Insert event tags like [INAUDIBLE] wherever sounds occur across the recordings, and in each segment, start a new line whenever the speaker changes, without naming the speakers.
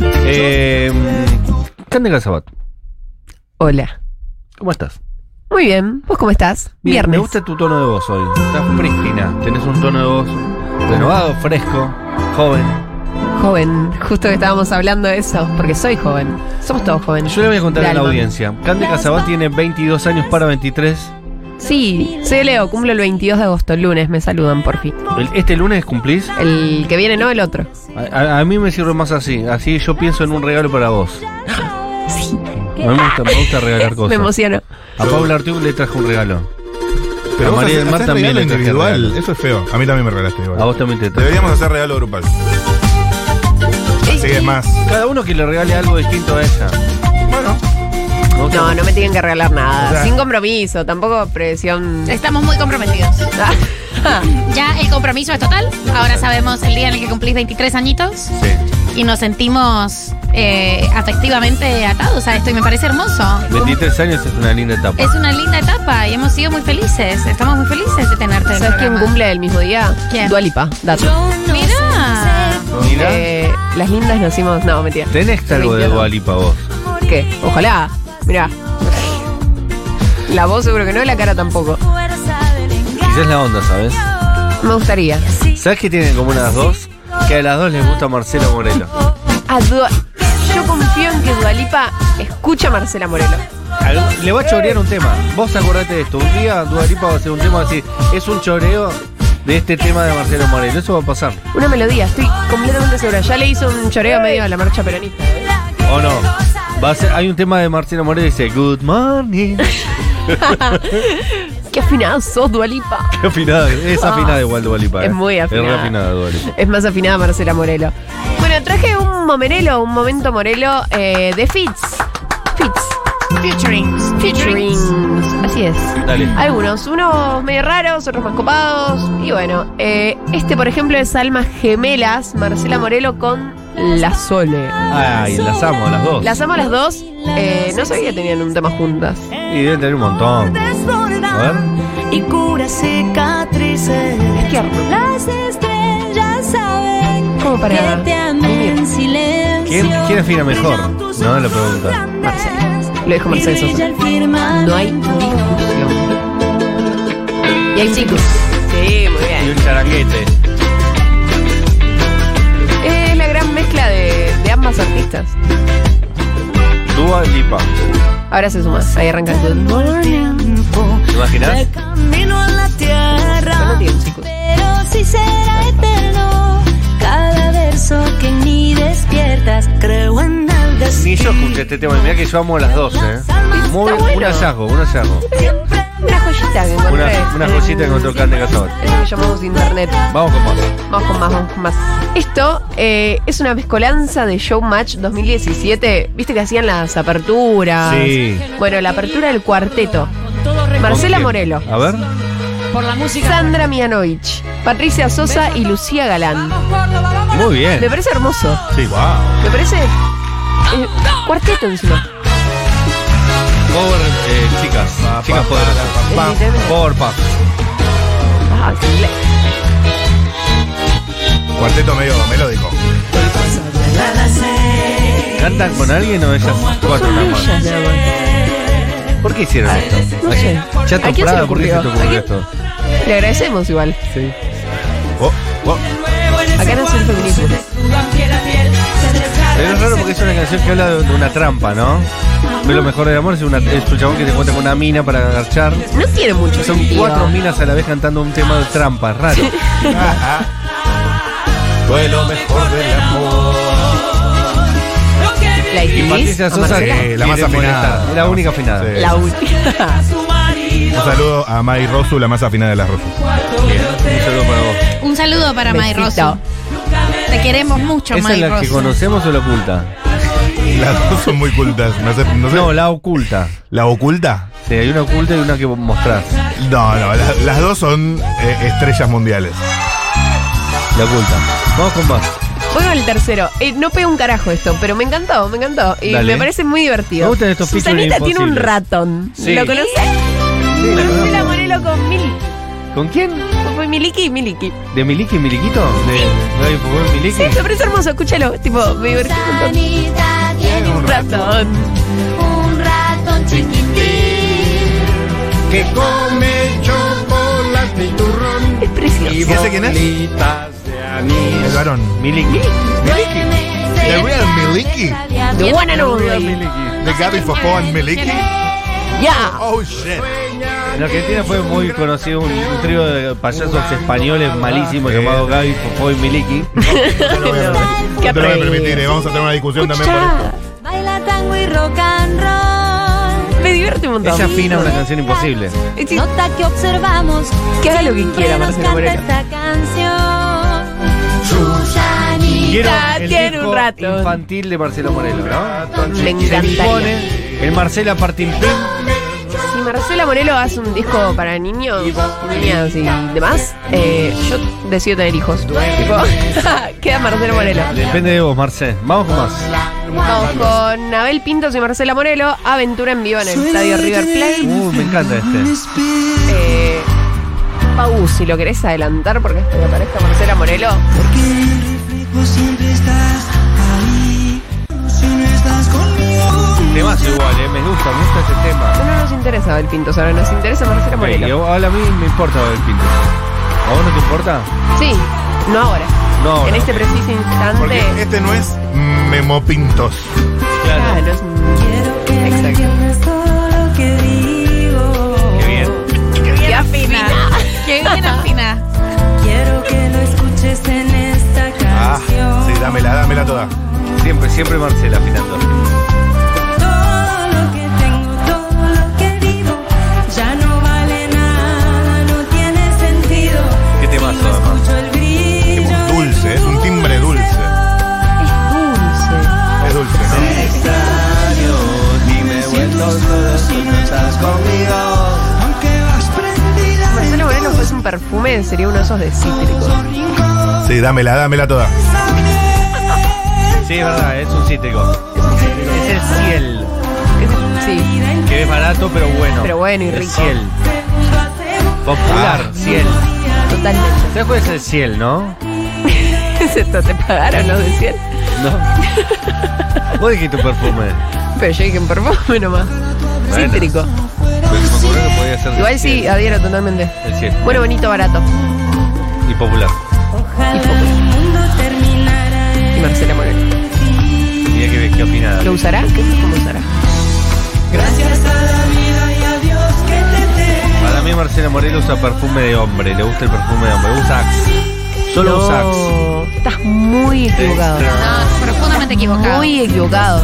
Eh, Candel Gazabat,
Hola.
¿cómo estás?
Muy bien. ¿Vos cómo estás?
Bien,
Viernes.
Me gusta tu tono de voz hoy. Estás prístina. Tenés un tono de voz renovado, fresco, joven.
Joven. Justo que estábamos hablando de eso. Porque soy joven. Somos todos jóvenes.
Yo le voy a contar
De
a la
alma.
audiencia. Cande Casabat tiene 22 años para 23.
Sí, soy de Leo. Cumplo el 22 de agosto. El lunes me saludan por fin.
El- ¿Este lunes cumplís?
El que viene, no el otro.
A, a- a mí me sirve más así. Así yo pienso en un regalo para vos.
[GASPS]
A mí me gusta, me gusta regalar
[LAUGHS] Me
cosas.
emociono.
A Paula Artiuk le traje un regalo.
Pero
a
vos
María
haces-
del Mar
haces
también
regalo
le traje
individual.
regalo.
Eso es feo. A mí también me regalaste igual.
A vos también te traje.
Deberíamos hacer regalo grupal. Así que es más.
Cada uno que le regale algo distinto a ella.
Bueno,
Me gusta
No, no me tienen que regalar nada.
O sea-
Sin compromiso. Tampoco presión. [LAUGHS] Ah.
Estamos muy comprometidos. Ya el compromiso es total. Ahora sabemos el día en el que cumplís 23 añitos
sí.
y nos sentimos eh, afectivamente atados a esto y me parece hermoso.
23 años es una linda etapa.
Es una linda etapa y hemos sido muy felices. Estamos muy felices de tenerte. en el
¿Sabes quién
programa.
cumple el mismo día?
¿Quién?
Dualipa. Dato.
Mirá.
Mirá,
Eh, las lindas nos hicimos. No, mentira.
tenés algo de
22.
Dualipa vos.
¿Qué? Ojalá. Mirá. La voz seguro que no, la cara tampoco.
Quizás la onda, ¿sabes?
Me gustaría.
¿Sabes qué tienen como unas dos? Que a las dos les gusta Marcelo Moreno.
Ah, Dua- Yo confío en que Dualipa escucha a Marcela Morelo.
Algo- Le va a chorear un tema. Vos acordate de esto. Un día Dualipa va a hacer un tema así. Es un choreo de este tema de Marcelo Moreno. Eso va a pasar.
Una melodía, estoy completamente segura. Ya le hizo un choreo medio a la marcha peronista. ¿eh?
¿O no? Va a ser, hay un tema de Marcelo Moreno que dice Good
[LAUGHS]
morning.
Qué afinada sos, Dualipa.
Qué afinada. Es afinada igual Dualipa.
Ah. Es muy
¿eh? Es
afinada.
re afinada Dualipa.
Es más afinada Marcela Morelo. Bueno, traje un momenelo, un momento Morelo eh, de Fitz. Fitz.
Featuring.
Featuring. Así es.
Dale.
Algunos, unos medio raros, otros más copados. Y bueno, eh, este por ejemplo es Almas Gemelas, Marcela Morelo con La Sole.
Ay, las amo a las dos.
Las amo a las dos. Eh, no sabía que tenían un tema juntas.
Y deben tener un montón. A ver.
y cura cicatrices.
Izquierdo.
Las estrellas saben
Como para
que te amé
animar.
en silencio.
¿Quién- quién afina mejor? No, la pregunta.
Lo dijo Mercedes Sosa. No hay discusión. Y hay chicos. Sí, muy
Y un
bien.
charanguete.
Es la gran mezcla de, de ambas artistas.
Dua Lipa.
Ahora se suma. Ahí arranca. Good morning.
¿Te imaginas?
Camino a la
Bueno,
tierra.
tío, chicos.
Pero si será eterno cada verso que ni despiertas. Creo en el
Ni
destino.
yo escuché este tema. y Mirá que yo amo a las dos, ¿eh? Muy,
bueno.
Un hallazgo, un hallazgo.
Siempre
Una joyita que encontré.
Una, una joyita que encontró Cande Casabat.
Es lo que llamamos internet.
Vamos con más.
Vamos con más, vamos con más. Esto eh, es una mezcolanza de Showmatch 2017. Viste que hacían las aperturas.
Sí.
Bueno, la apertura del cuarteto. Marcela
¿Con quién?
Morelo.
A ver.
Por la música.
Sandra Mianovich, Patricia Sosa y Lucía Galán.
Muy bien.
Me parece hermoso.
Sí, wow.
Me parece. eh, cuarteto encima.
Power, eh, chicas. chicas poderosas.
pa, pa.
Power Pop.
Ah, le-
Cuarteto medio melódico.
¿Cantan con alguien o ellas cuatro
son
nada más?
ellas, nada más.
¿Por qué hicieron esto?
No sé.
Chato
¿A quién se le
Prada, ¿por qué se te
ocurrió?
ocurrió
¿A quién?
esto?
Le agradecemos igual.
Sí.
Oh, oh.
Acá nace el feminismo.
Pero es raro porque es una canción que habla de de una trampa, ¿no? Ve lo mejor del amor, es, una, es un chabón que se encuentra con una mina para agarchar.
No tiene mucho
Son
sentido.
cuatro minas a la vez cantando un tema de trampa, es
[LAUGHS]
raro.
Ah, ah. [LAUGHS] Fue lo mejor del amor.
La
Y Patricia Sosa,
Marcela.
que
Sí, la más
miren,
afinada.
molesta, Es la única afinada.
Sí.
La última.
Un saludo a Mai Rosu, la más afinada de las Rosu.
Bien, Un saludo para vos.
Un saludo para May
Besito.
Rosso. Te queremos mucho,
¿Esa es
May
la que
Rosso.
conocemos o la oculta?
Las dos son muy cultas. No sé, no sé.
No, la oculta.
¿La oculta?
Sí, hay una oculta y una que mostrás.
No, no, la- las dos son eh, estrellas mundiales.
La oculta. Vamos con más.
Voy con el tercero. Eh, no pego un carajo esto, pero me encantó, me encantó. Y
Dale.
me parece muy divertido.
Me gustan estos
Susanita
featuring
tiene un
imposibles.
ratón.
Sí.
¿Lo conoces?
la
Marcela
conozco.
Morelo con mil.
¿Con quién?
Con fue Miliki, Miliki.
¿De Miliki y Miliquito? ¿De Gaby Fugón Miliki?
Sí, me parece hermoso, escúchalo. Tipo, me divertí un montón.
Sanita tiene
Un ratón.
un ratón chiquitín.
que come chocolate y turrón
Es precioso.
y
¿Y ese quién es?
bolitas de
El
anís.
varón.
Miliki.
Duerme
¿The real
cerca
Miliki?
de Sabia
The one and only.
Miliki.
De Gaby Fofón Miliki.
Yeah.
Oh shit.
En Argentina fue muy conocido un, un trío de payasos españoles malísimos
Sí.
llamado Gaby, Fofó y Miliki.
No lo voy a-
Qué
no te lo voy a
atrevido.
permitir. eh. Vamos a tener una discusión también por
Escuchá.
esto.
Baila tango y rock and roll.
Me divierte un montón.
Ella afina una canción imposible.
Eh, sí,
Nota que observamos
Que haga lo que quiera,
nos
Marcelo
canta
Moreno.
esta canción. Susanita.
Quiero el
tiene un
disco
ratón.
infantil de Marcelo Morelo, ¿no?
Me
Se
encantaría.
dispone el Marcela Partín.
Si Marcela Morelo hace un disco para niños, niñas y demás, eh, yo decido tener hijos. Tipo, [LAUGHS] queda Marcela Morelo.
Depende de vos, Marce. Vamos con más.
Vamos con Abel Pintos y Marcela Morelo, Aventura en vivo en el estadio River Plate.
Uh, me encanta este.
Eh, Pau, si lo querés adelantar porque es que me parezca Marcela Morelo.
Temas igual, eh. Me gusta, me gusta este
No,
tema.
no nos interesa Abel Pintos, ahora nos interesa Marcela
Ey,
Morelo.
ahora a mí me importa el pinto. ¿A vos no te importa?
Sí, no ahora.
No,
En
no.
este preciso instante.
Porque este no es Memo Pintos.
Ah,
Claro.
no es- Exacto.
Qué bien.
Qué afina.
Qué bien afina.
Quiero que lo escuches en esta
Ah, sí,
canción.
dámela, dámela toda.
Siempre, siempre Marcela afinando.
Todo lo que tengo, todo lo que vivo, ya no vale nada, no tiene sentido.
Qué temazo, además.
Escucho el
Es
brillo.
un dulce, es un timbre dulce.
Dulce.
Es dulce, ¿no?
Marcelo Moreno fuese un perfume, sería uno de esos de cítrico.
Sí, dámela, dámela toda.
Sí, es verdad, es un cítrico. Es el ciel.
Es- Sí,
Que es barato, pero bueno.
Pero bueno y
El
rico.
ciel. Popular, ciel.
totalmente. [LAUGHS]
¿Sabes cuál es el ciel, no?
¿Es esto? ¿Te pagaron los de 100?
No. [LAUGHS] Vos dijiste un perfume.
Pero yo dije un perfume nomás.
Bueno.
Cítrico.
Pero se me ocurrió que podía ser
Igual
el
sí,
ciel.
adhiero totalmente.
El ciel.
Bueno, bonito, barato.
Y popular.
Ojalá el mundo terminara
Y Marcela Moreno.
Mira que qué opinada.
¿Lo usará? ¿Qué sé cómo usará?
Para mí Marcela Morel usa perfume de hombre. Le gusta el perfume de hombre. Usa Axe. Solo usa Axe.
No, Estás muy equivocado.
[LAUGHS] No, profundamente equivocado.
Muy equivocado.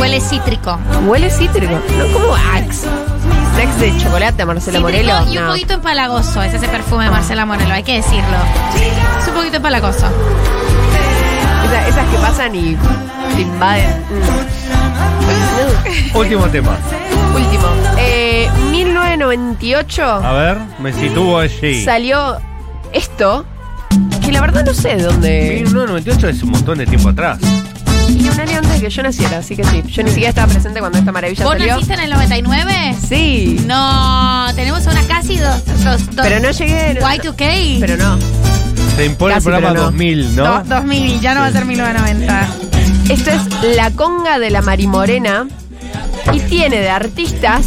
Huele cítrico.
Huele cítrico. No como Axe. Axe de chocolate, Marcela
Cítrico
Morelo.
Y un
No.
poquito empalagoso es ese perfume de Marcela Morelo, hay que decirlo. Es un poquito empalagoso.
Esa- esas que pasan y te invaden. Mm.
Último tema.
Último. Eh, 1998
A ver, me sitúo allí.
salió esto, que la verdad no sé de dónde.
1998 es un montón de tiempo atrás.
Y un año antes de que yo naciera, así que sí. Yo ni siquiera estaba presente cuando esta maravilla
¿Vos
salió.
naciste en el 99?
Sí.
No, tenemos una casi dos. dos, dos-
Pero no llegué. no-
Y2K.
Pero no.
Se impone
Casi,
el programa
pero no.
2000, ¿no?
Do- 2000, ya no va a ser 1990.
Esto es La Conga de la Marimorena. Y tiene de artistas.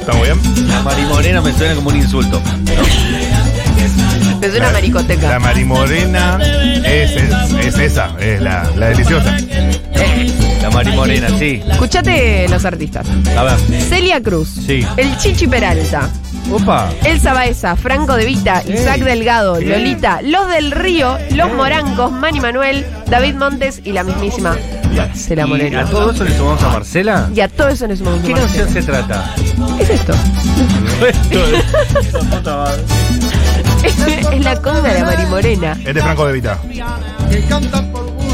¿Estamos bien?
La marimorena me suena como un insulto.
Desde una
La-
maricoteca.
La marimorena es, es, es esa, es la, la deliciosa.
Eh,
La marimorena, sí.
Escuchate los artistas.
A ver.
Celia Cruz.
Sí.
El Chichi Peralta.
Opa.
Elsa Baeza, Franco De Vita, Isaac Delgado, Lolita, Los del Río, Los Morancos, Manny Manuel, David Montes y la mismísima Marcela
¿Y a
Moreno.
todo eso le sumamos a Marcela?
Y a todo eso nos sumamos.
¿Qué
a Marcela.
canción se
[LAUGHS]
trata?
Es esto. es la conga de la Marimorena.
Es de Franco De Vita.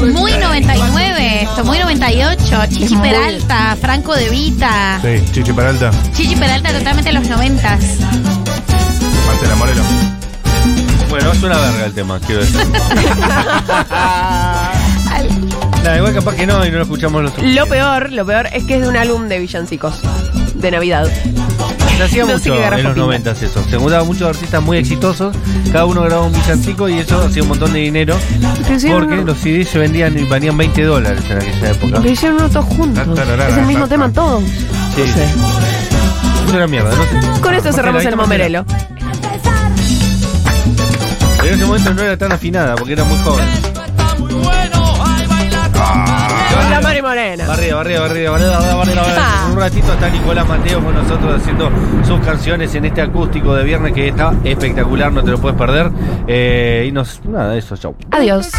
Muy 99 esto, muy 98.
Es
Chichi
muy-
Peralta, Franco De Vita.
Sí, Chichi Peralta,
Chichi Peralta totalmente en los 90.
Marcela Morelo.
Bueno, es una verga el tema, quiero
[LAUGHS]
decir. Nada, igual capaz que no y no lo escuchamos los
Lo peor, lo peor es que es de un álbum de villancicos de Navidad.
Se hacía
No sé
mucho
qué garrafa
en los
pinta.
noventas eso. Se juntaban muchos artistas muy exitosos. Cada uno grababa un villancico y eso hacía un montón de dinero.
Pero hicieron
Porque
uno-
los CDs se vendían y valían 20 dólares en aquella época.
pero hicieron uno todos juntos.
Tararara,
Es el mismo
tararara.
tema todos.
Sí.
No sé.
Es una mierda, no sé.
Con esto
Porque
cerramos
la
el
guitarra
momerelo.
era- En ese momento no era tan afinada porque era muy joven.
Con la Mari Morena.
Barrera, barrera, barrera, barrera, barrera, barrera, barrera.
Ah.
Un ratito está Nicolás Mateo con nosotros haciendo sus canciones en este acústico de viernes que está espectacular, no te lo puedes perder. Eh, y nos, nada, eso, chau.
Adiós.